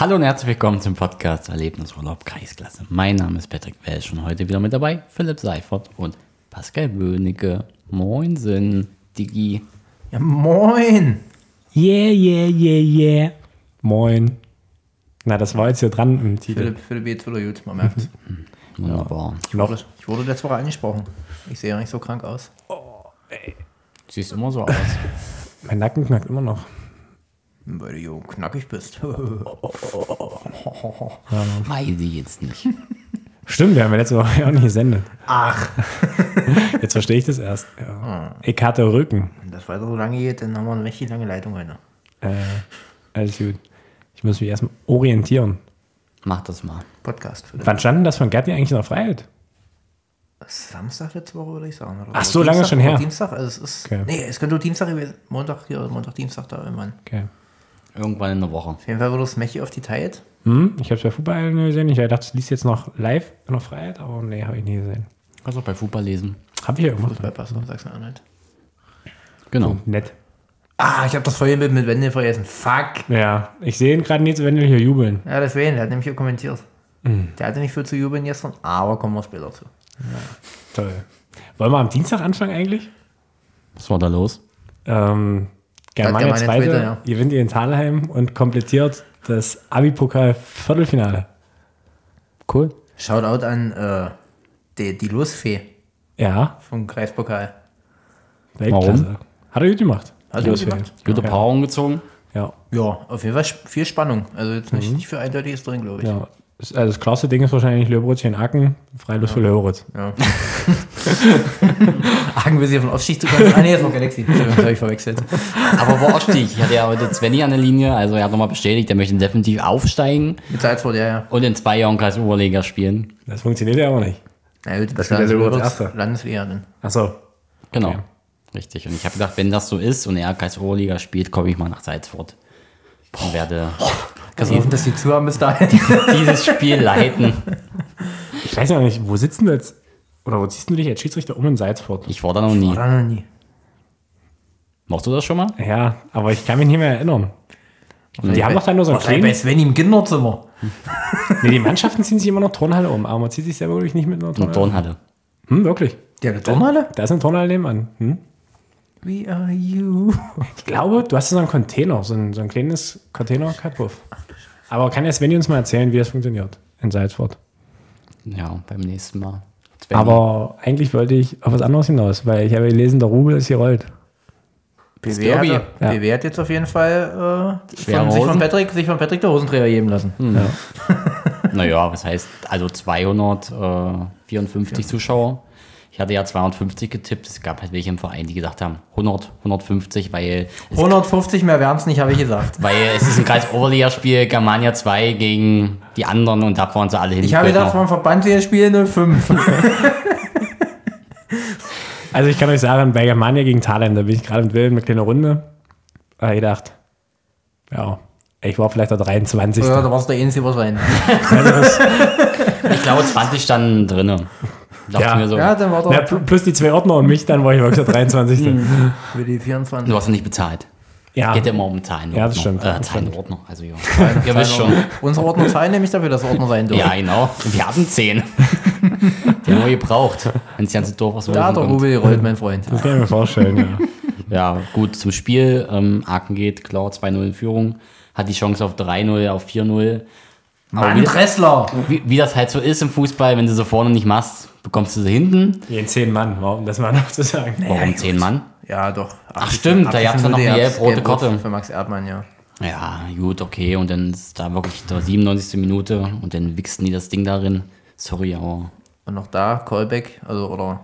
Hallo und herzlich willkommen zum Podcast Erlebnisurlaub Kreisklasse. Mein Name ist Patrick Welsch und heute wieder mit dabei Philipp Seifert und Pascal Böhnecke. Moinsen, Digi. Ja, moin! Yeah, yeah, yeah, yeah. Moin. Na, das war jetzt hier dran im Titel. Philipp, Philipp geht's wieder gut, man merkt Wunderbar. Mhm. Noch. Ich wurde letzte Woche angesprochen. Ich sehe ja nicht so krank aus. Siehst immer so aus. ne? Mein Nacken knackt immer noch. Weil du jung knackig bist. Weiß ich jetzt nicht. Stimmt, wir haben ja letzte Woche auch nicht gesendet. Ach! Ah. Jetzt verstehe ich das erst. Ja. Ich hatte Rücken. Wenn das weiter so lange geht, dann haben wir eine richtig lange Leitung heute. Äh, alles gut. Ich muss mich erstmal orientieren. Mach das mal. Podcast, Philipp. Wann stand denn das von Gatti eigentlich in der Freiheit? Samstag letzte Woche, würde ich sagen. Oder Ach so, lange Dienstag, schon her. oder Dienstag, also es ist. Okay. Nee, es könnte Dienstag gewesen Montag hier, oder Montag, Dienstag da irgendwann. Okay. Irgendwann in der Woche. Auf jeden Fall wurde es Mechi auf die Tide. Hm, ich habe es bei Fußball gesehen. Ich dachte, es liest jetzt noch live in der Freiheit, aber nee, habe ich nie gesehen. Kannst auch bei Fußball lesen. Habe ich ja irgendwo. Bei Passau, Sachsen-Anhalt. Genau. Nett. Ah, ich habe das Feuerbild mit Wende vergessen. Fuck! Ja, ich sehe ihn gerade nicht, wenn wir hier jubeln. Ja, deswegen, der hat nämlich hier kommentiert. Mhm. Der hatte nicht viel zu jubeln gestern, aber kommen wir später zu. Toll. Wollen wir am Dienstag anfangen eigentlich? Was war da los? Ähm, Germania Germania Zweite Zweite, ja. gewinnt in Thalheim und komplettiert das Abi-Pokal-Viertelfinale. Cool. Shoutout an äh, die, die Losfee Ja, vom Kreispokal. Weltklasse. Warum? Hat er gut gemacht. Hat er Die gut Auswahl. gemacht. Gute Paarung gezogen. Ja, Ja, auf jeden Fall sch- viel Spannung. Also jetzt nicht, nicht für eindeutiges drin, glaube ich. ja. Ist- Also das klarste Ding ist wahrscheinlich Löberitz in Acken, Freilos für Löberitz. Ja. Hagen will sie von Aufstieg zu kommen. Ah, nee, das war Galaxy. Entschuldigung, das habe ich verwechselt. Aber war Aufstieg. Ich hatte ja heute Svenny an der Linie. Also er hat nochmal bestätigt, er möchte definitiv aufsteigen Mit Salzburg, ja, ja. und in zwei Jahren Kreis-Oberliga spielen. Das funktioniert ja auch nicht. Na gut, das wird ja sogar das Erste. Landesliga dann. Achso, Genau. Richtig. Und ich habe gedacht, wenn das so ist und er Kreis-Oberliga spielt, komme ich mal nach Salzfurt und werde Kannst hoffen, dass die zu haben bis dahin. dieses Spiel leiten. ich weiß ja nicht, wo sitzen wir jetzt, oder wo ziehst du dich als Schiedsrichter um in Salzburg? Ich war da noch nie. War noch nie. Machst du das schon mal? Ja, aber ich kann mich nicht mehr erinnern. Die haben doch dann nur so einen Wahrscheinlich bei kleinen... Sven im Kinderzimmer. Nee, die Mannschaften ziehen sich immer noch Turnhalle um, aber man zieht sich selber wirklich nicht mit einer Eine Turnhalle. Turnhalle. Hm, wirklich. Die haben eine Turnhalle? Da ist ein Turnhalle nebenan. Hm? We are you. Ich glaube, du hast so einen Container, so ein, so ein kleines Container-Cutwurf. Aber kann ja Svenny uns mal erzählen, wie das funktioniert in Salzburg? Ja, beim nächsten Mal. Sven. Aber eigentlich wollte ich auf was anderes hinaus, weil ich habe gelesen, der Rubel ist gerollt. BW hat, Derby. Ja. BW hat jetzt auf jeden Fall äh, Schwere von, sich, von Hosen. Patrick, sich von Patrick der Hosenträger geben lassen. Naja, was heißt, also 254 Zuschauer. Ich hatte ja 250 getippt. Es gab halt welche im Verein, die gedacht haben, 100, 150, weil es, 150 mehr wären es nicht, habe ich gesagt. weil es ist ein Kreis-Oberliga-Spiel, Germania 2 gegen die anderen und da fahren sie alle hin. Ich habe gedacht, vom Verband wir spielen 05. Also ich kann euch sagen, bei Germania gegen Thalheim, da bin ich gerade mit Willen eine kleine Runde. Da habe ich gedacht, ja, ich war vielleicht der 23. ja, da warst du der Einzige wahrscheinlich. Ich glaube, 20 standen drinne. Dachte Ja. mir so, Ja, dann war Ja, doch pl- plus die zwei Ordner und mich, dann war ich wirklich der 23. für die 24. du hast ja nicht bezahlt. ja, Geht ja immer um Zahlen. Ja, das stimmt. Äh, Das Zahlenordner, also ja. Ihr wisst schon. Unsere Ordner zahlen nämlich dafür, dass Ordner sein dürfen. Ja, genau. Wir hatten 10. Die haben wir gebraucht. Wenn das ganze Dorf aus da hat der Rosen kommt. Rubel gerollt, mein Freund. das kann ich mir vorstellen, ja. Ja, gut, zum Spiel. Ähm, Aachen geht, klar, 2-0 in Führung. Hat die Chance auf 3-0, auf 4-0. Aber Mann, wie, Dressler! wie, wie das halt so ist im Fußball, wenn du so vorne nicht machst, bekommst du sie hinten. Wie in zehn Mann, warum das mal noch zu sagen. Warum 10 Mann? Ja, doch. Ach, stimmt, da gab's ja noch eine gelb-rote Karte. Für Max Erdmann, ja. Ja, gut, okay. Und dann ist da wirklich der 97. Minute und dann wichsten die das Ding darin. Sorry, aber Und noch da, Callback, also, oder...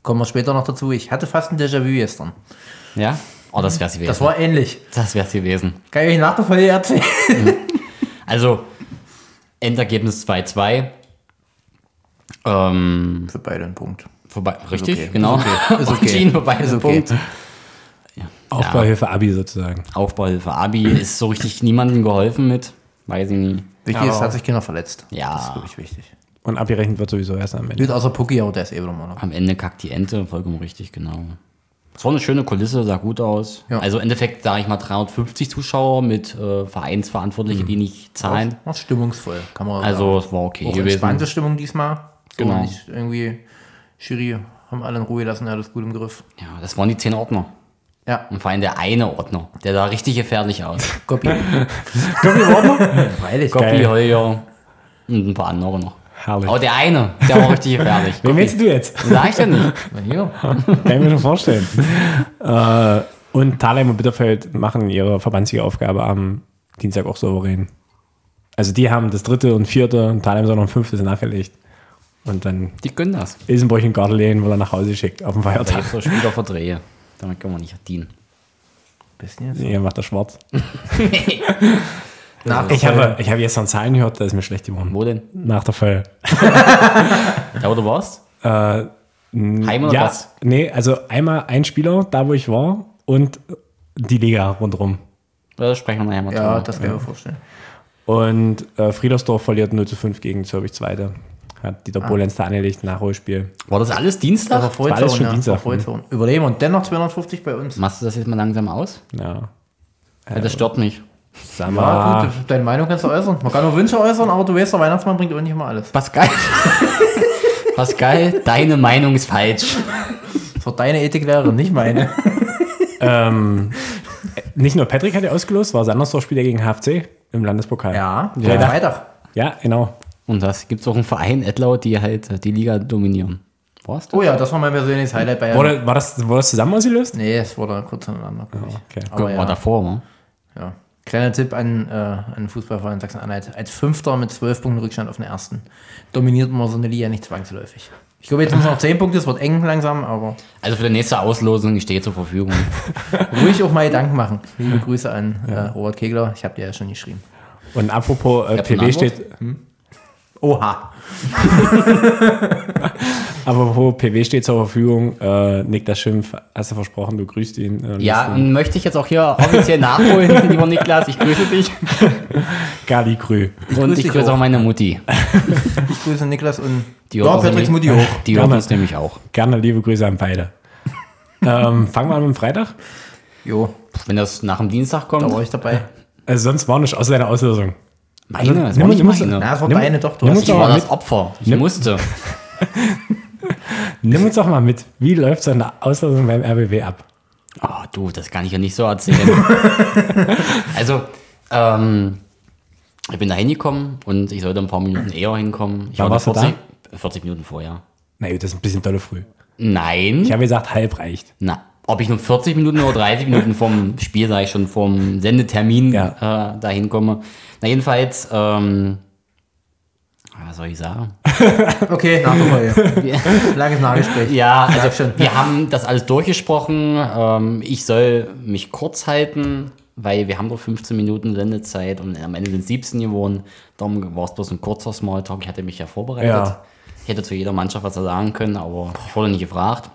Kommen wir später noch dazu. Ich hatte fast ein Déjà-vu gestern. Ja? Oh, das wär's gewesen. Das war ähnlich. das wär's gewesen. Kann ich euch nach der Folge erzählen? Also, Endergebnis 2-2. Ähm, Für beide ein Punkt. vorbei. Richtig, okay, genau. ist okay, ist Und okay, Jean vorbei ist okay. Punkt. Aufbauhilfe Abi sozusagen. Aufbauhilfe Abi ist so richtig niemandem geholfen mit. Weiß ich nie. Wichtig ist, hat sich keiner verletzt. Ja. Das ist wirklich wichtig. Und abgerechnet wird sowieso erst am Ende. Gut, außer Pucki, aber der ist eh wieder mal noch. Am Ende kackt die Ente, vollkommen richtig, genau. Es war eine schöne Kulisse, sah gut aus. Ja. Also im Endeffekt sage ich mal 350 Zuschauer mit äh, Vereinsverantwortlichen, Mhm. die nicht zahlen. War stimmungsvoll, kann man Also sagen. es war okay auch gewesen. entspannte Stimmung diesmal. Genau. Und nicht irgendwie, Schiri haben alle in Ruhe gelassen, er hat das gut im Griff. Ja, das waren die zehn Ordner. Ja, Und vor allem der eine Ordner, der sah richtig gefährlich aus. Copy. Komm, in Ordnung. Freilich. Copy, Geil. Heuer und ein paar andere noch. Herrlich. Aber der eine, der war richtig gefährlich. Wen willst du jetzt? Sag ich ja nicht. Na hier. Kann ich mir schon vorstellen. äh, und Thalheim und Bitterfeld machen ihre verbandsliche Aufgabe am Dienstag auch souverän. Also die haben das dritte und vierte und Thalheim soll noch ein fünftes nachgelegt. Und dann Die können das. Ilsenbräuch und Gardelehen wurde nach Hause geschickt auf den Da Feiertag. gibt es doch schon wieder Verdrehe. Damit können wir nicht dienen. Bisschen jetzt. Ihr macht das schwarz. Nach Ich habe, ich habe gestern Zahlen gehört, da ist mir schlecht geworden. Wo denn? Nach der Folge. Da, wo du warst? Äh, Heim oder ja, was? nee, also einmal ein Spieler, da wo ich war und die Liga rundherum. Da sprechen wir nachher mal Ja, drüber. das kann ich mir vorstellen. Und äh, Friedersdorf verliert 0 zu 5 gegen Zürich Zweite. Hat Dieter Bohlenz da angelegt, Nachholspiel. War das alles Dienstag? Aber war alles Vollzone, schon ja. Dienstag, Vollzone. Überleben und dennoch 250 bei uns. Machst du das jetzt mal langsam aus? Ja. Weil das stört mich. Sag Ja, mal. Ah, gut, deine Meinung kannst du äußern. Man kann nur Wünsche äußern, aber du weißt, der Weihnachtsmann bringt auch nicht immer alles. Pascal. Pascal, deine Meinung ist falsch. Das war deine Ethiklehrerin, nicht meine. ähm, nicht nur Patrick hat ja ausgelost, war Sandersdorf Spieler gegen HFC im Landespokal. Ja, Ja, am da- Freitag. Ja, genau. Und das gibt es auch einen Verein, Edlau, die halt äh, die Liga dominieren. Warst du? Oh ja, das war mein persönliches Highlight bei Wurde, war, das, wurde das zusammen ausgelöst? Nee, es wurde kurz aneinander. glaub ich. Okay. Aber War ja, davor, wa? ja. Kleiner Tipp an, äh, an den Fußballverein Sachsen-Anhalt. Als Fünfter mit 12 Punkten Rückstand auf den Ersten dominiert man so eine Liga nicht zwangsläufig. Ich glaube, jetzt sind es noch 10 Punkte, es wird eng langsam, aber Also für die nächste Auslosung, ich stehe zur Verfügung. ruhig auch mal Gedanken machen. Liebe Grüße an äh, Robert Kegler, ich habe dir ja schon geschrieben. Und apropos äh, habt eine PW Antwort? steht, Oha. apropos PW steht zur Verfügung. Äh, Nick das Schimpf, hast du versprochen, du grüßt ihn. äh, ja, lässt ihn- möchte ich jetzt auch hier offiziell nachholen, lieber Niklas. Ich grüße dich. Gali Grü. Und grüße ich dich grüße auch auch. meine Mutti. Ich grüße Niklas und Die ja, hört uns Patricks Mutti nämlich- hoch. Die hört uns nämlich auch. Gerne liebe Grüße an beide. ähm, fangen wir an mit dem Freitag. Jo, Wenn das nach dem Dienstag kommt, da war ich dabei. Also sonst war nicht außer deiner Auslösung. meine, es Also nimm war uns- nicht nimm uns- meine. Na, es war Nimm- deine Tochter. nimm uns Ich doch war mal das mit. Opfer. Ich Nimm- musste. Nimm uns doch mal mit. Wie läuft so eine Auslösung beim RBW ab? Oh, du, das kann ich ja nicht so erzählen. also, ähm, ich bin da hingekommen und ich sollte ein paar Minuten eher hinkommen. Ich Wann warst du 40, 40 Minuten vorher. Na gut, das ist ein bisschen dolle früh. Nein. Ich habe gesagt, halb reicht. Na, ob ich nun 40 Minuten oder 30 Minuten vom Spiel, sage ich schon, vom Sendetermin äh, dahin komme. Na, jedenfalls, ähm, was soll ich sagen? Okay, Nachfolge. Langes Nachgespräch. Ja, Sag also schon. wir haben das alles durchgesprochen. Ähm, ich soll mich kurz halten, weil wir haben doch 15 Minuten Sendezeit und am Ende sind es 17 geworden. Darum war es bloß ein kurzer Smalltalk. Ich hatte mich ja vorbereitet. Ja. Ich hätte zu jeder Mannschaft was sagen können, aber ich wurde nicht gefragt.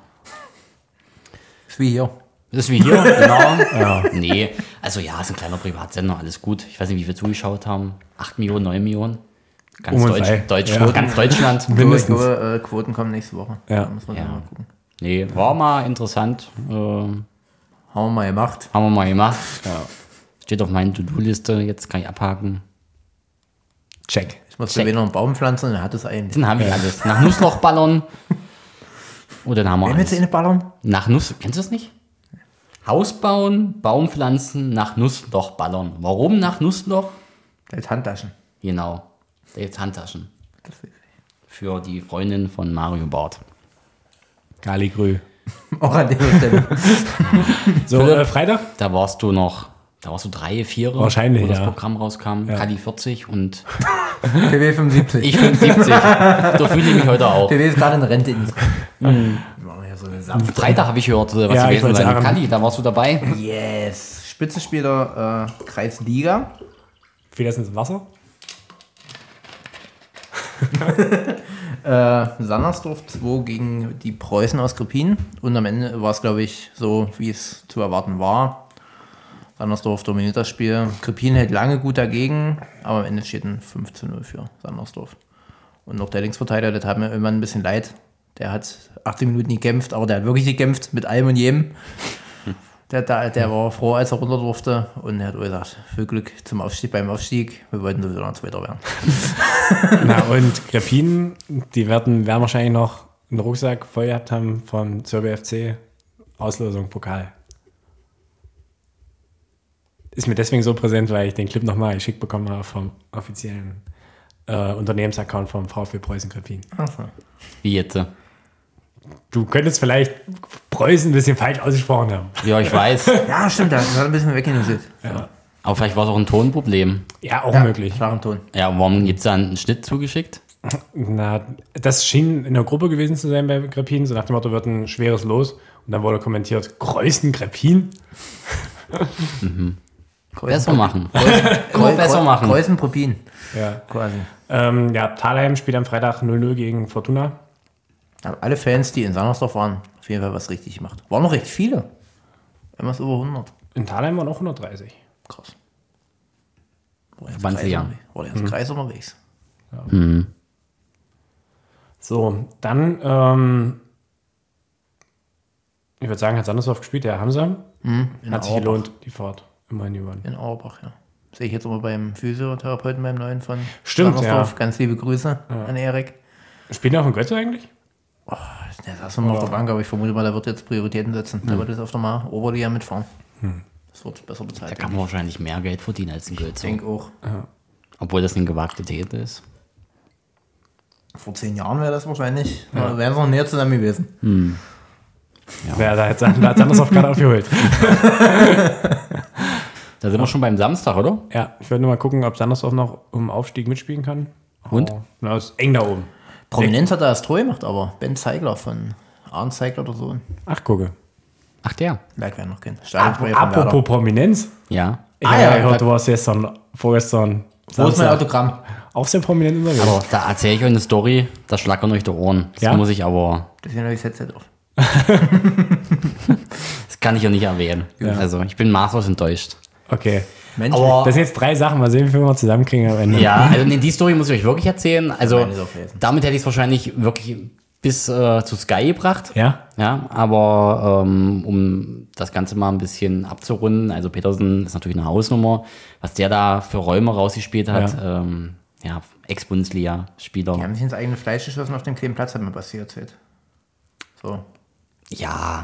Ist wie hier. Das ist wie hier, genau. Nee, also ja, ist ein kleiner Privatsender, alles gut. Ich weiß nicht, wie wir zugeschaut haben. 8 Millionen, 9 Millionen. Ganz, Um und Deutsch, bei. Deutsch, Ja. ganz Deutschland. Mindestens. Mindestens. Ich glaube, äh, Quoten kommen nächste Woche. Ja. Da müssen wir Ja. dann mal gucken. Nee, war mal interessant. Ähm, Haben wir mal gemacht. Haben wir mal gemacht. Steht auf meiner To-Do-Liste, jetzt kann ich abhaken. Check. Ich muss Check. wieder einen Baum pflanzen und er hat es eigentlich. Dann haben wir alles. Nach Nusslochballern. Und dann haben wir Wem willst du alles. eine ballern? Nach Nuss, kennst du das nicht? Haus bauen, Baum pflanzen, nach Nussloch ballern. Warum nach Nussloch? Als Handtaschen. Genau. Jetzt Handtaschen. Das will ich. Für die Freundin von Mario Bart. Gali Grü. Auch an dieser Stelle. So, äh, Freitag? Da warst du noch, da warst du drei, vier, Wahrscheinlich, wo das ja. Programm rauskam. Kali 40 und PW 75. ich 75. so fühle ich mich heute auch. PW ist gerade in Rente. In Machen wir hier so eine Saft. Freitag habe ich gehört, was Ja, ich gewesen wollte sein. sagen. Kali, da warst du dabei. Yes. Spitzenspieler äh, Kreisliga. Fiel das ins Wasser? Äh, Sandersdorf 2 gegen die Preußen aus Krepin. Und am Ende war es, glaube ich, so, wie es zu erwarten war. Sandersdorf dominiert das Spiel. Krepin hält lange gut dagegen, aber am Ende steht ein 5 zu 0 für Sandersdorf. Und auch der Linksverteidiger, das hat mir irgendwann ein bisschen leid. Der hat 18 Minuten gekämpft, aber der hat wirklich gekämpft mit allem und jedem. Der, der, der war froh, als er runter durfte und er hat auch gesagt, viel Glück zum Aufstieg, beim Aufstieg. Wir wollten sowieso noch Zweiter werden. Na und Grepin, die werden, werden wahrscheinlich noch einen Rucksack voll gehabt haben vom Serbia FC. Auslosung, Pokal. Ist mir deswegen so präsent, weil ich den Clip nochmal geschickt bekommen habe vom offiziellen äh, Unternehmensaccount vom VfB Preußen Grepin. Also, Wie jetzt? äh? Du könntest vielleicht Preußen ein bisschen falsch ausgesprochen haben. Ja, ich weiß. ja, stimmt, da hat er ein bisschen weggenuselt. Ja, Aber vielleicht war es auch ein Tonproblem. Ja, auch möglich. Klaren Ton. Ja, und warum gibt es da einen Schnitt zugeschickt? Na, das schien in der Gruppe gewesen zu sein bei Grepin. So nach dem Motto wird ein schweres Los. Und dann wurde kommentiert, Kreuzen Grepin. Besser machen. Kreu- besser Kreu- machen. Kreuzen Propin Ja. quasi. Ähm, ja, Thalheim spielt am Freitag 0-0 gegen Fortuna. Aber alle Fans, die in Sandersdorf waren, auf jeden Fall was richtig gemacht. Waren noch recht viele. Immer so über 100. In Thalheim waren auch 130. Krass. War der ganze Verbandsliga. Kreis unterwegs? War der Mhm. ganze Kreis unterwegs? So, dann, ähm, ich würde sagen, hat Sandersdorf gespielt, der Hamza. In Hat sich Auerbach. gelohnt, die Fahrt. Immerhin gewonnen. In Auerbach, ja. Sehe ich jetzt immer beim Physiotherapeuten, beim neuen von Stimmt, Sandersdorf. ja. Ganz liebe Grüße an Erik. Also, Spielt er auch in Götze eigentlich? Der saß immer auf der Bank, aber ich vermute mal, der wird jetzt Prioritäten setzen. Mhm. Der wird jetzt auf der Mal Oberliga mitfahren. Das wird besser bezahlt. Da kann man wahrscheinlich mehr Geld verdienen als in ich Gölzing. denke auch. Obwohl das eine gewagte These ist. Vor zehn Jahren wäre das wahrscheinlich. Da wären sie noch näher zusammen gewesen. Ja, da hat, da hat Sandersdorf gerade aufgeholt. Da sind wir schon beim Samstag, oder? Ja, ich werde nur mal gucken, ob Sandersdorf noch um Aufstieg mitspielen kann. Und? Oh, na, ist eng da oben. Prominent hat er das Tor gemacht, aber Ben Zeigler von Arndt Zeigler oder so. Ach, gucke. Ach, der. Vielleicht wer noch kennt. Ap Stadionsprecher von Werder. apropos Prominenz. Ja. Ich Ah, habe ja, ja, gehört, da- du warst gestern, vorgestern, Wo ist mein Samstag Autogramm? auch sehr prominent unterwegs. Aber da erzähle ich euch eine Story, da schlackern euch die Ohren. Das Ja? muss ich aber, Deswegen habe ich das Headset auf. das kann ich ja nicht erwähnen. Also, ich bin maßlos enttäuscht. Okay. Mensch, Aber- Das sind jetzt drei Sachen. Mal sehen, wie viel wir zusammenkriegen am Ende. Ja, also nee, die Story muss ich euch wirklich erzählen. Also, Meine ist auf Felsen. damit hätte ich es wahrscheinlich wirklich bis äh, zu Sky gebracht. Ja? Ja, aber ähm, um das Ganze mal ein bisschen abzurunden, also Petersen ist natürlich eine Hausnummer, was der da für Räume rausgespielt hat. Ja, ähm, ja Ex-Bundesliga-Spieler. die Ja. haben sich ins eigene Fleisch geschossen auf dem kleinen Platz, hat mir Basti erzählt. So.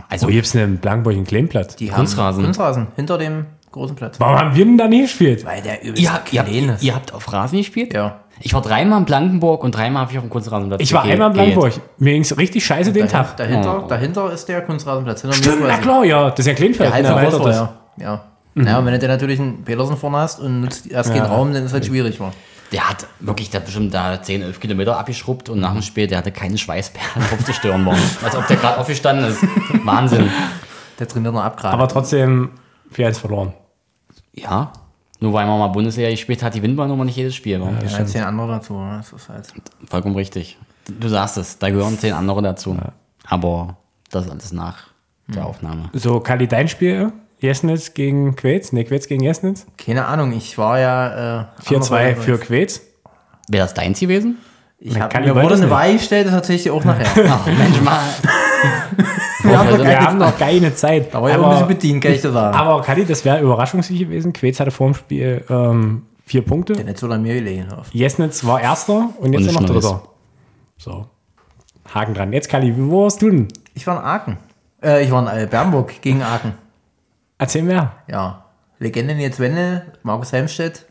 also Wo gibt's denn in Blankenburg einen Kleinplatz? Die Kunstrasen. Haben Kunstrasen, hinter dem großen Platz. Warum haben wir denn da nie gespielt? Weil der übelst ihr, ihr, klein habt, ist. ihr habt auf Rasen gespielt? Ja. Ich war dreimal in Blankenburg und dreimal habe ich auf dem Kunstrasenplatz Ich war gege- einmal in gegeht. Blankenburg. Mir ging's richtig scheiße den Dahin- Tag. Oh. Dahinter, dahinter ist der Kunstrasenplatz. Hinter mir Na quasi. klar, ja. Das ist ja Kleinplatz. Der heißt ne? ja, Weiter Rotor, das. ja. ja. Mhm. Naja, und wenn du dann natürlich einen Petersen vorne hast und nutzt erst den Raum, dann ist halt schwierig. War. Der hat wirklich da bestimmt da 10, 11 Kilometer abgeschrubbt und nach dem Spiel, der hatte keine Schweißperlen auf der Stirn. War. Als ob der gerade aufgestanden ist. Wahnsinn. Der trainiert noch ab gerade. Aber trotzdem 4-1 verloren. Ja, nur weil man mal Bundesliga gespielt hat, die gewinnt man nochmal nicht jedes Spiel. Warum? ja, zehn andere dazu. ne? Das ist halt. Vollkommen richtig. Du sagst es, da gehören zehn andere dazu. Aber das alles nach der Hm. Aufnahme. So, Kali, dein Spiel? Jesnitz gegen Quetz? Ne, Quetz gegen Jesnitz? Keine Ahnung, ich war ja. Äh, 4-2 anderweitig. für Quetz. Wäre das deins gewesen? Ich hab, Kann mir ich wurde beides eine nicht. Weihe gestellt, das erzähle ich dir auch nachher. Ach, Mensch, mal. Wir haben Also, doch Wir keine- haben noch keine Zeit. Da war ich auch ein bisschen bedient, kann ich dir sagen. aber Kali, das wäre überraschungssicher gewesen. Quetz hatte vor dem Spiel ähm, vier Punkte. Der hat so lange mir gelegen. auf. Jesnitz war Erster und jetzt Und nur noch Neues. Dritter. So. Haken dran. Jetzt, Kali, wo warst du denn? Ich war in Aachen. Äh, ich war in äh, Bernburg gegen Aachen. Erzähl mehr. Ja. Legenden jetzt Wendel, Markus Helmstedt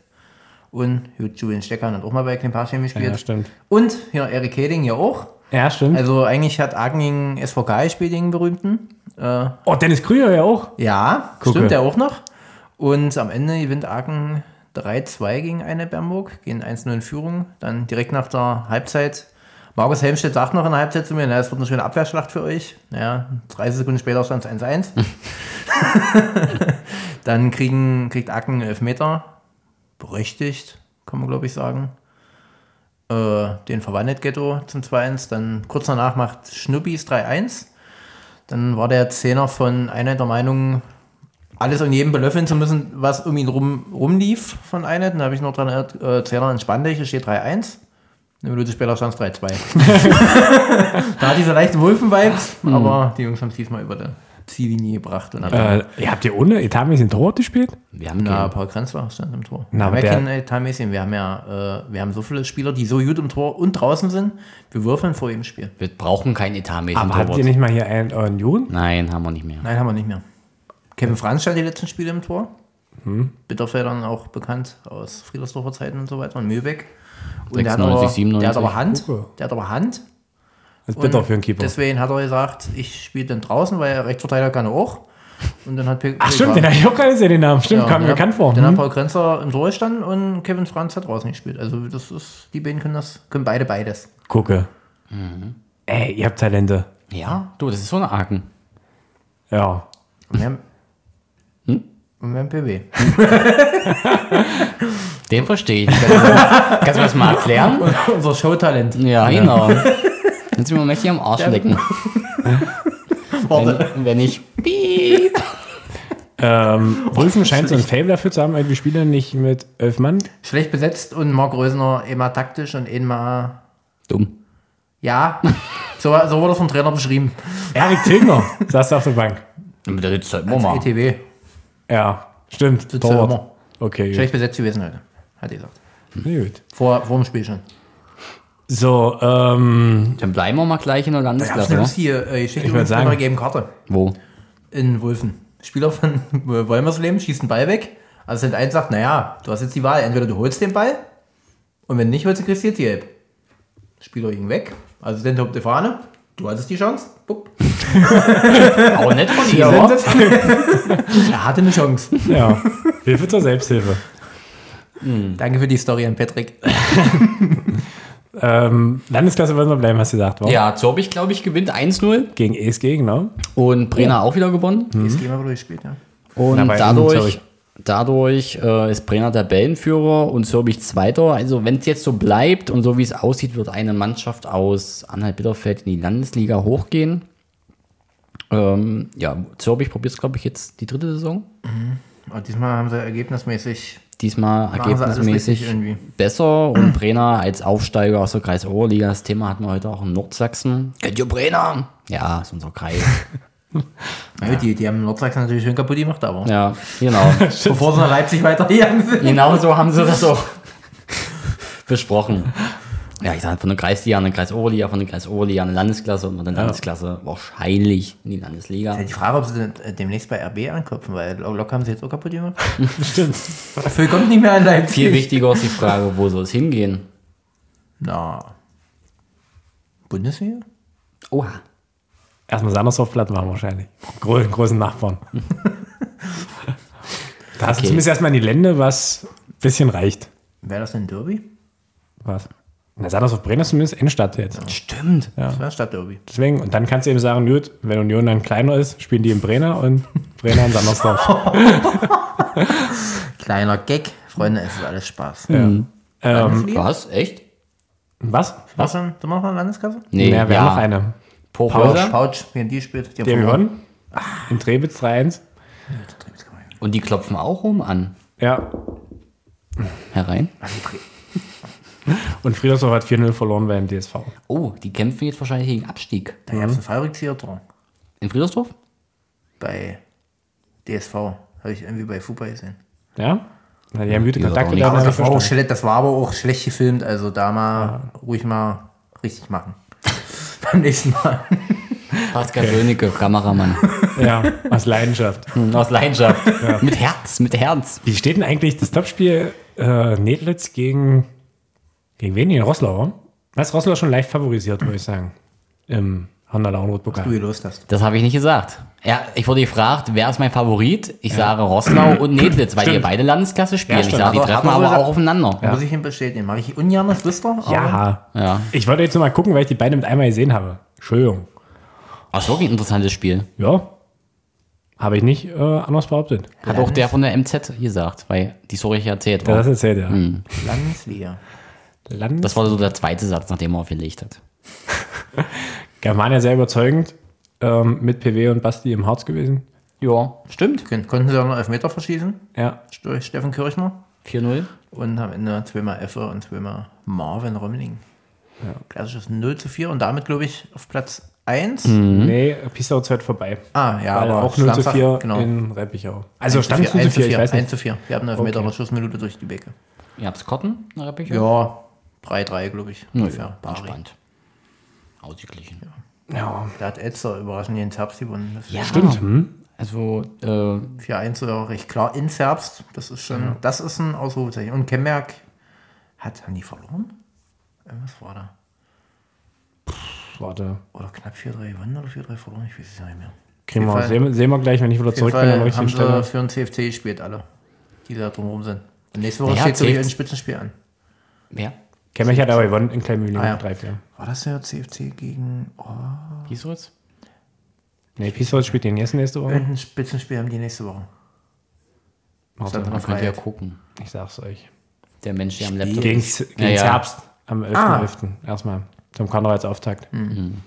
und gut, Julian Stecker hat auch mal bei Klimparchen gespielt. Ja, stimmt. Und ja, Erik Heding ja auch. Ja, stimmt. Also eigentlich hat Aachen gegen SVK gespielt, gegen den berühmten. Äh, oh, Dennis Krüger ja auch. ja, Gucke. stimmt der auch noch. Und am Ende gewinnt Aachen 3-2 gegen eine Bernburg, gehen 1-0 in Führung. Dann direkt nach der Halbzeit. Markus Helmstedt sagt noch in der Halbzeit zu mir, na, es wird eine schöne Abwehrschlacht für euch. Naja, 30 Sekunden später stand es 1-1. Dann kriegen, kriegt Acken einen Elfmeter. Berechtigt, kann man glaube ich sagen. Äh, den verwandelt Ghetto zum 2-1. Dann kurz danach macht Schnuppis 3-1. Dann war der Zehner von Einheit der Meinung, alles und jedem belöffeln zu müssen, was um ihn rum, rumlief von Einheit. Dann habe ich noch dran erinnert, äh, Zehner in Spandech, es steht 3-1. Eine Minute später stand es 3-2. da hat dieser leichte Wulfen-Vibes, aber die Jungs haben es diesmal über die Ziellinie gebracht. Und haben Äh, ihr habt ihr ohne Etamix ein Torwart gespielt? Wir haben Na, Na, Paul Krenz war stand im Tor. Na, wir haben aber ja der- keinen äh, Time-Mäßchen. Wir haben ja äh, wir haben so viele Spieler, die so gut im Tor und draußen sind. Wir würfeln vor jedem Spiel. wir brauchen keinen etatmäßigen Aber habt ihr nicht mal hier einen euren Juden? Nein, haben wir nicht mehr. Nein, haben wir nicht mehr. Kevin Franz stand die letzten Spiele im Tor. Hm. Bitterfeldern auch bekannt aus Friedersdorfer Zeiten und so weiter und Mühlbeck. Und der 96, hat, aber, der hat 97. aber Hand. Gucke. Der hat aber Hand. Das ist Und bitter für einen Keeper. Deswegen hat er gesagt, ich spiele dann draußen, weil Rechtsverteidiger kann er auch. Und dann hat Pe Ach stimmt, den habe ich auch gerade gesehen, den Namen. Stimmt, kam mir bekannt vor. Dann hat Hm. Paul Grenzer im Tor gestanden und Kevin Franz hat draußen gespielt. Also das ist, die beiden können das, können beide beides. Gucke. Mhm. Ey, ihr habt Talente. Ja, du, das ist so eine Arken. Ja. Und wir haben, Hm? und wir haben PB. Den verstehe ich. nicht. Kannst du mir- kannst du mir das mal erklären? Unser Showtalent. Ja, genau. Kannst du mir mal mächtig am Arsch lecken? Warte. Wenn, wenn ich. Piep. Ähm, Wolfen scheint so ein Fable dafür zu haben, irgendwie Spieler nicht mit elf Mann. Schlecht besetzt und Marc Rösner immer taktisch und immer Dumm. ja. so, so wurde es vom Trainer beschrieben. Erik Tilgner saß da auf der Bank. Mit der sitzt halt Als ETW. Ja, stimmt. Sitzt er Torwart. immer. Okay, gut. Schlecht besetzt gewesen heute, hat er gesagt. Na gut. Vor, vor dem Spiel schon. So, ähm, Dann bleiben wir mal gleich in der Gab es Landesklasse. eine oder? lustige äh, Geschichte ne? Ich würd übrigens mit sagen- einer gelben Karte Wo? in Wulfen. Spieler von Wolmersleben schießt einen Ball weg. Also sind eins sagt, naja, du hast jetzt die Wahl. Entweder du holst den Ball und wenn nicht holst, dann kriegst du jetzt die Gelb. Spieler ging weg. Also sind die Fahne. Du hattest die Chance. Bupp. Aber nicht von Die ihr. wa? sind- er hatte eine Chance. ja. Hilfe zur Selbsthilfe. Danke für die Story an Patrick. Ähm, Landesklasse wollen wir bleiben, hast du gesagt, wa? Ja, Zorbich, glaube ich, gewinnt 1-0 Gegen ESG, genau. und Brenner auch wieder gewonnen. Mhm. Jetzt gehen wir wohl gespielt, ja. Und Aber, ähm, dadurch, sorry. dadurch äh, ist Brenner Tabellenführer und Zürich Zweiter. Also wenn es jetzt so bleibt und so wie es aussieht, wird eine Mannschaft aus Anhalt-Bitterfeld in die Landesliga hochgehen. Ähm, ja, Zürich probiert es, glaube ich, jetzt die dritte Saison. Aber diesmal haben sie ergebnismäßig. Diesmal Machen sie alles ergebnismäßig richtig irgendwie. besser und Brenner als Aufsteiger aus der Kreis-Oberliga. Das Thema hatten wir heute auch in Nordsachsen. Kennt ihr Brenner? Ja, ist unser Kreis. Ja. Die, die haben Nordsachsen natürlich schön kaputt gemacht, aber ja, genau. bevor sie nach Leipzig weitergegangen sind. Genau so haben sie das auch besprochen. Ja, ich sag von der Kreisliga an den Kreis Oberliga, von der Kreis Oberliga an die Landesklasse und von der Landesklasse wahrscheinlich in die Landesliga. Ja, die Frage, ob sie denn, äh, demnächst bei RB anklopfen, weil Lok Lok haben sie jetzt auch kaputt gemacht. Stimmt. Dafür kommt nicht mehr an Leipzig. Viel wichtiger ist die Frage, wo soll es hingehen? Na. Bundesliga? Oha. Erstmal Sandersdorf platt machen wahrscheinlich. Gro großen Nachbarn. da hast Okay. du zumindest erstmal in die Lände, was ein bisschen reicht. Wäre das denn Derby? Was? Na, Sandersdorf Brenner ist zumindest Innenstadt jetzt. Stimmt. Das wäre Stadtderby. Deswegen, und dann kannst du eben sagen, gut, wenn Union dann kleiner ist, spielen die in Brenner und Brenner in Sandersdorf. Kleiner Gag. Freunde, es ist alles Spaß. Mhm. ähm, Was? Hm, Echt? was? Was denn? Sind wir noch in der Landeskasse? Nee, Na, wir ja. haben noch eine. Poposa. Pouch, wie die spielt. Die haben gewonnen. In Trebitz 3-1. Und die klopfen auch rum an. Ja. Herein. Und Friedersdorf hat 4-0 verloren beim DSV. Oh, die kämpfen jetzt wahrscheinlich gegen Abstieg. Da gab es einen Fallrückzieher dran. In Friedersdorf? Bei DSV. Habe ich irgendwie bei Fupa gesehen. Ja? Na, die haben gute Die sind Kontakte auch nicht da. Aber hab ich das war, auch verstanden. schlecht, das war aber auch schlecht gefilmt, also da mal ruhig mal richtig machen. Beim nächsten Mal. Pascal Sönicke, Kameramann. Ja, aus Leidenschaft. Hm, Aus Leidenschaft. Mit Herz, mit Herz. Wie steht denn eigentlich das Topspiel äh, Nedlitz gegen, gegen wen? Gegen Rosslau, oder? Was Rosslau schon leicht favorisiert, würde ich sagen. Im Du Honda-Launrot-Pokal. los hast. Das habe ich nicht gesagt. Ja, ich wurde gefragt, wer ist mein Favorit? Ich sage Rosslau und Nedlitz, weil die Stimmt. beide Landesklasse spielen. ich stimmt. Also sage, die Aber- treffen aber- aber auch aufeinander. Muss ich ihn bestätigen. Mache ich ungern das wisst ihr? aber- Ja. Ja. Ich wollte jetzt noch mal gucken, weil ich die beiden mit einmal gesehen habe. Entschuldigung. Das ist wirklich ein interessantes Spiel. Ja. Habe ich nicht äh, anders behauptet. Hat auch der von der MZ gesagt, weil die Sorich erzählt Ja, das war. erzählt er. Landesliga. Land Das war so der zweite Satz, nachdem er aufgelegt hat. Germania sehr überzeugend. Ähm, mit PW und Basti im Harz gewesen. Ja, stimmt. Kon- Konnten sie auch noch Elfmeter verschießen Ja. durch Steffen Kirchner 4-0. und am Ende zweimal Effe und zweimal Marvin Römmling. Klassisches 0 zu 4 und damit, glaube ich, auf Platz 1. Hm. Nee, Pissau ist heute vorbei. Ah, ja, Weil aber auch 0 zu Samstag, 4 genau. in Reppichau. Also 1 stand 0 zu 4, ich weiß 1 nicht. zu 4. Wir haben eine Elfmeter okay. Schussminute durch die Becke. Ihr habt's Kotten, Reppich? Ja, 3-3, glaube ich. Ungefähr. Ungefähr. Pari. Entspannt. Ausgeglichen. Ja. Da hat Etzer überraschend den Herbst gewonnen. Das Ja. Stimmt. Also, äh, Hm. 4-1 war auch recht klar ins Herbst. Das ist schon, das ist ein Ausrufezeichen. Und Kemmerk hat, haben die verloren? Irgendwas war da. Warte. Oder knapp 4-3 gewonnen oder 4-3 verloren? Ich weiß es nicht mehr. Kriegen Auf wir, jeden Fall- sehen, wir- sehen wir gleich, wenn ich wieder Auf jeden zurück bin, an der Fall haben richtigen sie Stelle. für den CFC gespielt, alle, die da drumherum sind. Und nächste Woche Naja, steht so wieder CFC. ein Spitzenspiel an. wer? Kemmich hat aber gewonnen in Kleinmühling Ah, ja. 3-4. War das der CFC gegen oh, Wie ist es? Nee, Pissau spielt den jetzt nächste Woche. irgendein Spitzenspiel haben die nächste Woche? halt Warte, Sag mal. Man könnte ja gucken. Äh. ich sag's euch. Der Mensch, der am Laptop Gegen, ist. gegen Ja, ja. Herbst am 11.11. Ah. Erstmal. Zum Konrads-Auftakt. Mhm.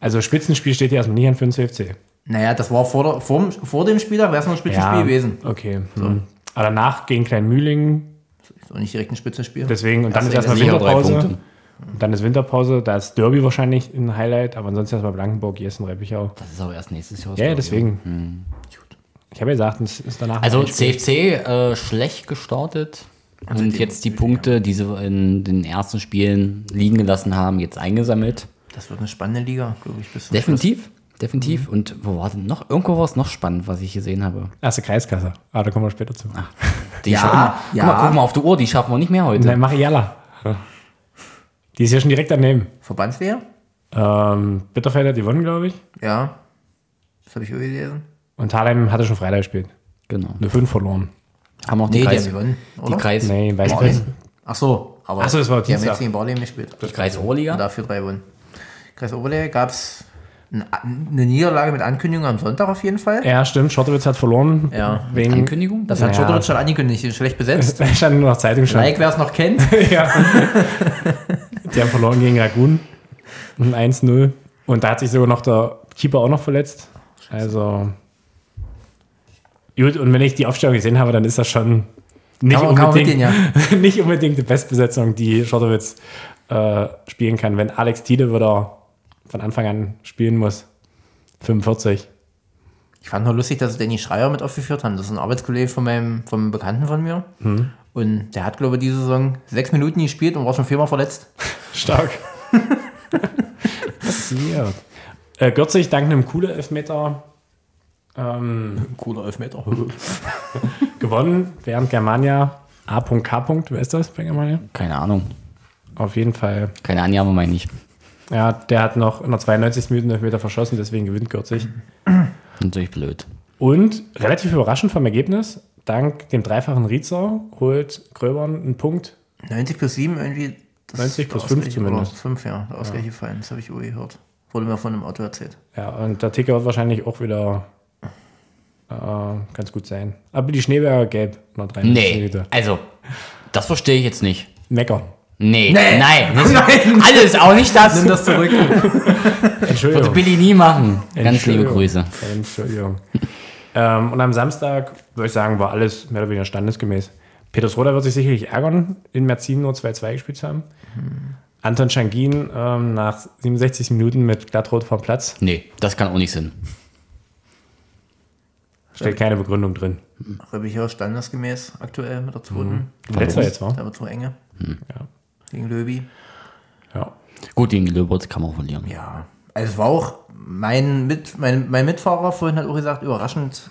Also Spitzenspiel steht hier erstmal nicht an für den CFC. Naja, das war vor, der, vor, vor dem Spieltag, wäre es noch ein Spitzenspiel gewesen. Okay. Hm. Aber danach gegen Kleinmühling. So nicht direkt ein Spitzenspiel. Deswegen, und dann Ach so, ist erstmal sicher drei Winterpause. Punkte. Und dann ist Winterpause. Da ist Derby wahrscheinlich ein Highlight, aber ansonsten erstmal Blankenburg, Jessen, Reppichau. Das ist aber erst nächstes Jahr. Ja, ja, glaub ich. deswegen. Ich habe ja gesagt, es ist danach. Hm. Also ein Spiel. CFC äh, schlecht gestartet Also und jetzt die Punkte, die sie in den ersten Spielen liegen gelassen haben, jetzt eingesammelt. Das wird eine spannende Liga, glaube ich. Bis zum Definitiv, definitiv. Mhm. Und wo war denn noch? Irgendwo war es noch spannend, was ich gesehen habe. Erste Kreiskasse. Ah, da kommen wir später zu. Die Ja, schaffen- Guck ja. mal, guck mal auf die Uhr, die schaffen wir nicht mehr heute. Nein, Mariella. Die ist ja schon direkt daneben. Schluss. Verbandsliga? Ähm, Bitterfeld hat gewonnen, glaube ich. Ja. Das habe ich irgendwie gelesen. Und Thalheim hatte schon Freitag gespielt. Genau. Eine 5 verloren. Haben auch die Nee, die Kreis, haben gewonnen, die oder? Kreis, Nee, weiß Barley. ich Ach so, aber Ach so, das war die haben Dienstag. jetzt gegen Barley gespielt. die Kreisoberliga. Und dafür drei gewonnen. Kreis Oberliga gab es eine Niederlage mit Ankündigung am Sonntag auf jeden Fall. Ja, stimmt. Schottewitz hat verloren. Ja. Wegen. Ankündigung? Das hat Ja. Schottowitsch schon angekündigt, die sind schlecht besetzt. Da stand nur noch Zeitung schon. Like, wer es noch kennt. Die haben verloren gegen Ragun. Ein 1-0. Und da hat sich sogar noch der Keeper auch noch verletzt. Also. Gut, und wenn ich die Aufstellung gesehen habe, dann ist das schon nicht, Kann man- kann man unbedingt, mitgehen, nicht unbedingt die Bestbesetzung, die Schottowitz äh, spielen kann. Wenn Alex Tiede wieder von Anfang an spielen muss, 45. Ich fand nur lustig, dass sie Danny Schreier mit aufgeführt haben. Das ist ein Arbeitskollege von meinem, von einem Bekannten von mir. Hm. Und der hat, glaube ich, diese Saison sechs Minuten gespielt und war schon viermal verletzt. Stark. Passiert. Äh, Gürzig dank einem coolen Elfmeter ähm, Cooler Elfmeter. gewonnen, während Germania A.K. Wer ist das bei Germania? Keine Ahnung. Auf jeden Fall. Keine Ahnung, aber meine ich. Ja, der hat noch in der 92. Minute einen Elfmeter verschossen, deswegen gewinnt Gürzig. Natürlich blöd. Und relativ überraschend vom Ergebnis, dank dem dreifachen Rietzer holt Gröbern einen Punkt. 90 plus 7 irgendwie. das 90 plus ist fünf ausgleich- zumindest. oder Fünf, ja. Der Ausgleich gefallen. Das habe ich irgendwie gehört. Wurde mir von einem Auto erzählt. Ja, und der Ticker wird wahrscheinlich auch wieder äh, ganz gut sein. Aber die Schneeberger gelb in der 93. Nee, Minute. also, das verstehe ich jetzt nicht. Meckern. Nee, Nee. nein, nicht, Nein. alles, auch nicht das. Nimm das zurück. Würde Entschuldigung. Billy nie machen. Ganz liebe Entschuldigung. Grüße. Entschuldigung. ähm, und am Samstag, würde ich sagen, war alles mehr oder weniger standesgemäß. Petrus Roda wird sich sicherlich ärgern, in Merzin nur 2-2 gespielt zu haben. Hm. Anton Schangin ähm, nach 67 Minuten mit Glattrot vom Platz. Nee, das kann auch nicht Sinn. Steht keine Begründung drin. Röbicher standesgemäß aktuell mit der zweiten. Letzter Mhm. jetzt, Mhm. war. Da wird so enge. Ja. Gegen Löbi. Ja. Gut, gegen Löbritz kann man auch verlieren. Ja. Also es war auch mein, Mit, mein, mein Mitfahrer vorhin hat auch gesagt, überraschend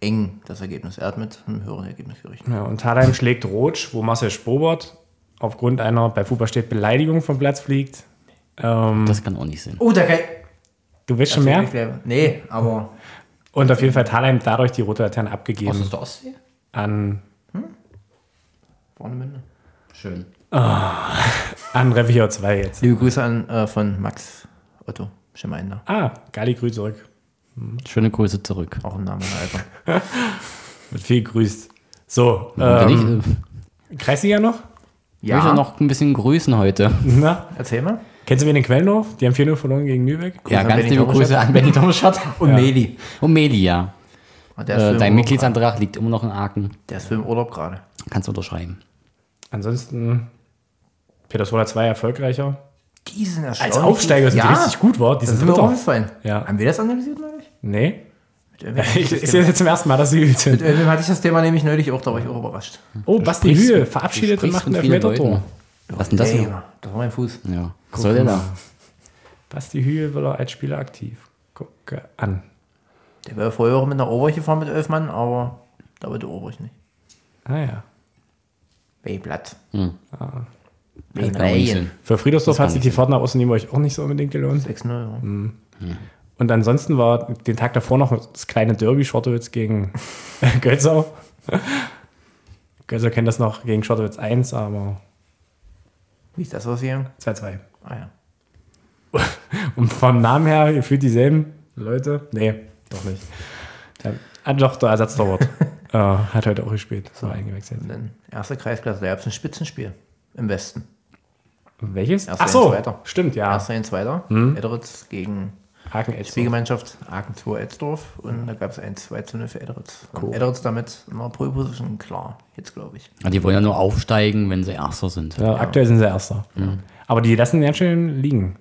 eng das Ergebnis. Er hat mit einem höheren Ergebnis gerechnet. ja. Und Thalheim schlägt Rotsch, wo Marcel Sprobert aufgrund einer bei Fußball steht Beleidigung vom Platz fliegt. Ähm, Das kann auch nicht Sinn. Oh, da geil. du willst schon mehr? Nee, aber Hm. Und auf jeden Fall Thalheim dadurch die rote Laterne abgegeben der Ostsee? an, Bornemünde. Schön. an Revier 2 jetzt. Liebe Grüße an, äh, von Max Otto Schemeinder. Ah, Gali grüßt zurück. Schöne Grüße zurück. Auch im Namen Alter. Wird viel grüßt. So, ähm, Ähm, ich, Kreisliga noch? ich möchte noch ein bisschen grüßen heute. Na, Erzähl mal. kennst du wen in Quellendorf? Die haben 4-0 verloren gegen Lübeck. ja, an ganz Benny liebe Domischat. Grüße an Benny Domischat. Und Meli. Und Melia. Und der ist Äh, im dein Urlaub gerade. Mitgliedsantrag liegt immer noch in Aachen. Der ist für im Urlaub gerade. Kannst du unterschreiben. Ansonsten Petersroda 2 erfolgreicher. die sind erstaunlich. Als Aufsteiger sind ja, die richtig gut war, die Das sind ist mir auch Dritter. aufgefallen. Ja. Haben wir das analysiert neulich? Nee. Mit irgendwem Ich, ist genau. jetzt zum ersten Mal, dass sie geübt Mit sind. irgendwem hatte ich das Thema nämlich neulich auch, da war ich auch überrascht. Oh, Basti Sprichst- Hühe du verabschiedet und sprichst macht ein mit vielen Leuten. Elfmeter-Tor. Was denn das? Ey, hier? das war mein Fuß. Ja. Was soll der da? Basti Hühe will er als Spieler aktiv. Gucke an. Der wäre vorher auch mit nach Oberich gefahren mit elf Mann, aber da wollte Oberich nicht. Ah ja. Weiblatt. Hm. Ah. Wegen Kein Regen. Unsinn. Für Friedersdorf kann hat sich nicht die Fahrt nach Osten euch auch nicht so unbedingt gelohnt. 6-0. ja. Und ansonsten war den Tag davor noch das kleine Derby Schortowitz gegen Götzau. Götzau kennt das noch gegen Schortowitz 1, aber Wie ist das ausgegangen? 2-2. Ah ja. Und vom Namen her gefühlt dieselben Leute. Nee, doch nicht. Der, ah, doch, der Ersatztorwart äh, hat heute auch gespielt. So eingewechselt. Und dann erste Kreisklasse, da gab es ein Spitzenspiel im Westen. Und welches? Erster Ach so, und Zweiter. stimmt, ja. Erster und zweiter. Edderitz gegen Haken Elster. Spielgemeinschaft Aachen 2 Etzdorf. Mhm. Und da gab es ein 2 zu 0 für Edderitz. Und Edderitz damit in der Pole Position klar. Jetzt glaube ich. Ah, Die wollen ja nur aufsteigen, wenn sie Erster sind. Ja, Aktuell sind sie Erster. Aber die lassen ganz schön liegen.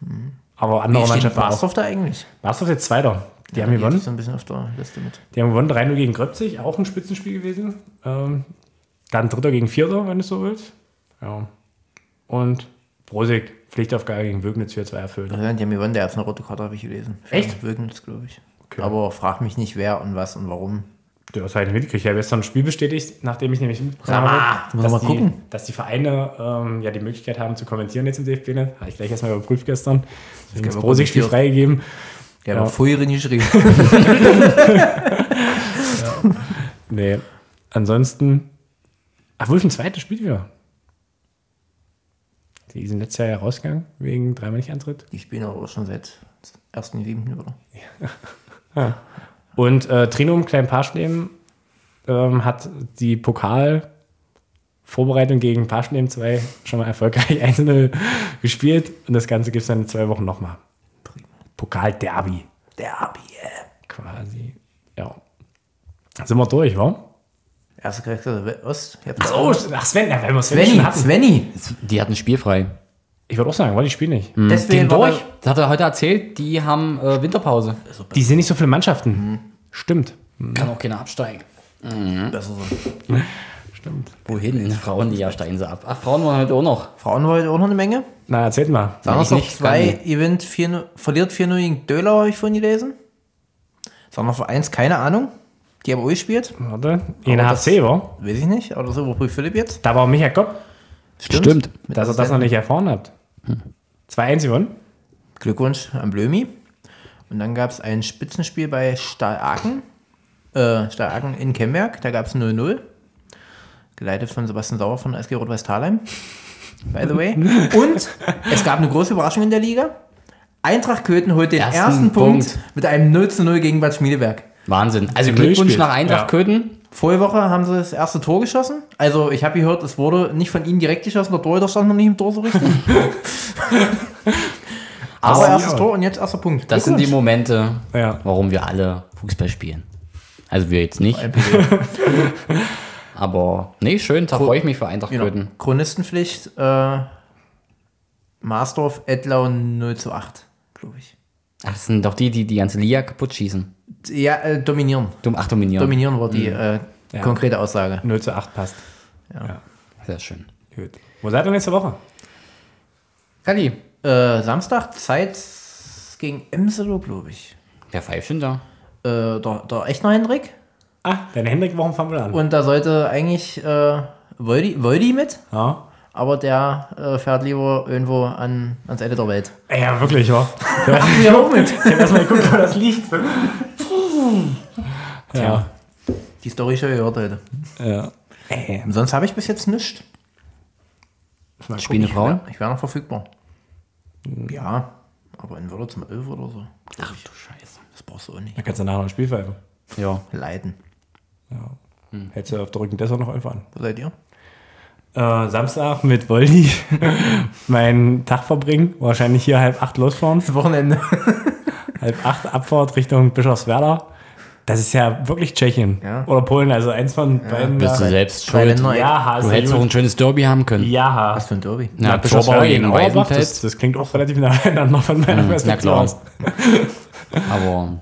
Mhm. Aber andere Mannschaften auch. Marsdorf da eigentlich? Marsdorf jetzt Zweiter. Die haben Ja, gewonnen. steht so ein bisschen auf der Liste mit. Die haben gewonnen 3-0 gegen Gröpzig, auch ein Spitzenspiel gewesen. Ähm, dann Dritter gegen Vierter, wenn du so willst. Ja. Und Prosig, Pflichtaufgabe gegen Wögnitz 4-2 erfüllt. Ja, die haben gewonnen, der hat eine rote Karte, habe ich gelesen. Für Echt? Wirkens, glaube ich. Okay. Aber frag mich nicht, wer und was und warum. Du hast halt nicht mitgekriegt. Ich habe gestern ein Spiel bestätigt, nachdem ich nämlich Sag mitbekommen mal, habe, muss dass, mal die- gucken. dass die Vereine ähm, ja die Möglichkeit haben zu kommentieren jetzt im DFB. Ne? Habe ich gleich erstmal überprüft gestern. Deswegen kann Das man Prosig-Spiel kommentieren. freigegeben. Der Ja. hat vorhin geschrieben. Nee. Ansonsten. Ach, wohl ein zweites Spiel wieder. Die sind letztes Jahr ja rausgegangen, wegen dreimal nicht Antritt. die spielen aber auch schon seit 1.7. oder? Und äh, Trinum Klein-Paschleben ähm, hat die Pokalvorbereitung gegen Paschleben 2 schon mal erfolgreich 1-0 gespielt. Und das Ganze gibt es dann in zwei Wochen nochmal. Pokal-Derby Der Abi, yeah. quasi. Ja. Sind wir durch, wa? Erste Kreisklasse Ost. also, Ich hab- Oh, ach Sven, ja, wenn wir Sven, Svenny, schon hatten. Svenny. Die hatten spielfrei. Ich würde auch sagen, wollte ich spiele nicht. Deswegen war Durch. Das hat er heute erzählt, die haben äh, Winterpause. Die sind nicht so viele Mannschaften. Stimmt. Kann auch keiner absteigen. er besser so. Stimmt. Wohin? In Frauen, ja, steigen sie ab. Ach, Frauen waren heute auch noch. Frauen wollte auch noch eine Menge. Na, erzählt mal. Sarnoff nicht, zwei kann gewinnt, 4, verliert 4-0 gegen Döler, habe ich vorhin gelesen. Sarnoff 1, keine Ahnung. Die haben auch gespielt. Warte. In Aber der das- HC, wa? Weiß ich nicht, aber das überprüft Philipp jetzt. Da war Micha Kopp, Stimmt. Mit dass ihr das noch nicht erfahren habt. 2-1 gewonnen. Glückwunsch an Blömi. Und dann gab es ein Spitzenspiel bei Stahlaken. Äh, Stahlaken in Kemberg. Da gab es 0-0. Geleitet von Sebastian Sauer von SG Rot-Weiß Thalheim. By the way. Und es gab eine große Überraschung in der Liga. Eintracht Köthen holt den ersten, Ersten Punkt, Punkt. mit einem 0 zu 0 gegen Bad Schmiedeberg. Wahnsinn. Also Glück Glückwunsch spielt. nach Eintracht Ja. Köthen. Vorige Woche haben sie das erste Tor geschossen. Also ich habe gehört, es wurde nicht von ihnen direkt geschossen, der Torhüter stand noch nicht im Tor so richtig. Aber Aber erstes ja. Tor und jetzt erster Punkt. Das sind die Momente, Ja. warum wir alle Fußball spielen. Also wir jetzt nicht, aber nee, schön, da freue ich mich für Eintracht Genau. Köthen. Chronistenpflicht, äh, Marsdorf, Edlau 0 zu 8, glaube ich. Ach, das sind doch die, die die ganze Liga kaputt schießen. Ja, äh, dominieren. Dumm, ach, dominieren. Dominieren war Mhm. die äh, Ja. konkrete Aussage. 0 zu 8 passt. Sehr schön. Gut. Wo seid ihr nächste Woche? Kali, Äh, Samstag, Zeit gegen Emselo, glaube ich. wer pfeift denn da? Äh, der, der Echner Hendrik. Ah, deine Hendrik Wochen fangen wir an. Und da sollte eigentlich äh, Woldi, Woldi mit, ja. aber der äh, fährt lieber irgendwo an, ans Ende der Welt. Ey, ja, wirklich, wa? Ja, auch mit. Ich hab erstmal geguckt, wo das liegt. ja. Die Story schon gehört heute. ja. Ähm. Ey, Sonst habe ich bis jetzt nichts. mal Spielen die Frauen? Ich wäre noch verfügbar. Ja, aber in Würde zum 11 oder so. Ach du Scheiße. Das brauchst du auch nicht. Da kannst du nachher noch ein Spiel pfeifen. Ja. Leiden. Hättest du auf der Rücken deshalb noch einfach an. Wo seid ihr? Äh, Samstag mit Woldi meinen Tag verbringen. Wahrscheinlich hier halb acht losfahren. Wochenende. halb acht Abfahrt Richtung Bischofswerda. Das ist ja wirklich Tschechien. Ja. Oder Polen, also eins von beiden. Bist du da. selbst Drei schuld? Länder. Ja, hast Du hättest auch ein schönes Derby haben können. Ja, ha. Was für ein Derby. Na, Na, Zorbau Zorbau gegen gegen Auerbach, Weidenfels. das, das klingt auch relativ nah beieinander von meiner Hm, na Perspektive Mhm, klar. aus. Aber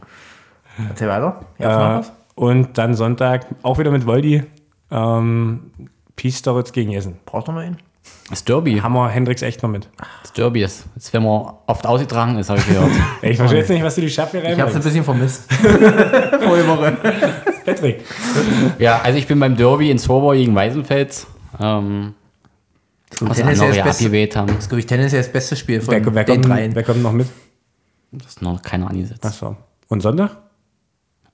Erzähl weiter. Jetzt noch Äh, was? und dann Sonntag auch wieder mit Voldi. Ähm, Peace Storitz gegen Essen. Braucht noch mal einen? das Derby, Haben wir Hendrix echt noch mit. Ah, das Derby ist, das wenn man oft ausgetragen ist, habe ich gehört. Ey, Ich verstehe jetzt nicht, was du die Schaffe Ich hab's ein reinbringst. bisschen vermisst. Vorige Woche. Patrick. ja, also ich bin beim Derby in Zorbau gegen Weisenfels. Ähm, was Tennis andere ist ja best- abgewählt haben. Das glaube ich, Tennis ist ja das beste Spiel von Wer, wer, den kommt, dreien. wer kommt noch mit? Das ist noch keiner angesetzt. Achso. Und Sonntag?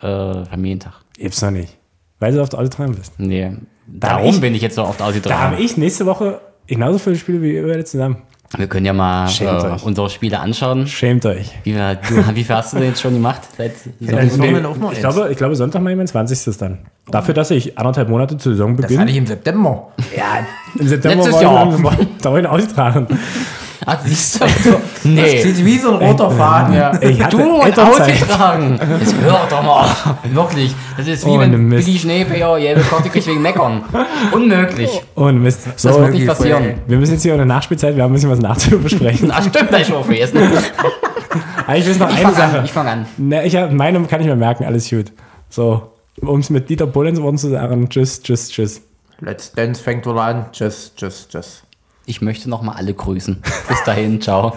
Äh, Familientag. Gibt's noch nicht. Weil du auf der Autotreiben bist. Nee. hab Darum ich- bin ich jetzt so oft Da ausgetragen. habe ich nächste Woche genauso viele Spiele wie ihr alle zusammen. Wir können ja mal Schämt äh, euch. unsere Spiele anschauen. Schämt euch. Wie, wir, du, wie viel hast du denn jetzt schon gemacht? Seit, Ja, so, das ist Wochenende auch noch ich, eins. glaube, ich glaube, Sonntag mal mein 20. dann. Dafür, dass ich anderthalb Monate zur Saison Das hatte ich beginne. im September. Ja, im September Letztes wollen wir- Jahr. wollen- da wollen wir austragen. ah, siehst du? Nee. Äh, Das ist wie so ein roter Faden. Ja. Also, Ich hatte Du und Elternzeit. ausgetragen. Das hört doch mal. Wirklich. Das ist wie Oh, ne wenn Mist. Billy Schneebär gelbe Karte kriegt wegen Meckern. Unmöglich. Und Mist. Das So, wird nicht wirklich, passieren. ey. wir müssen jetzt hier auch eine Nachspielzeit, wir haben ein bisschen was nachzubesprechen. Ach, Ah, stimmt, gleich schon vergessen. Aber ich will noch Ich fang eine an. Sache. Ich fang an. Ne, ich hab, meine kann ich mir merken, alles gut. So, um es mit Dieter Bohlens Worten zu sagen, tschüss, tschüss, tschüss. Let's Dance fängt wohl an. Tschüss, tschüss, tschüss. Ich möchte nochmal alle grüßen. Bis dahin, ciao.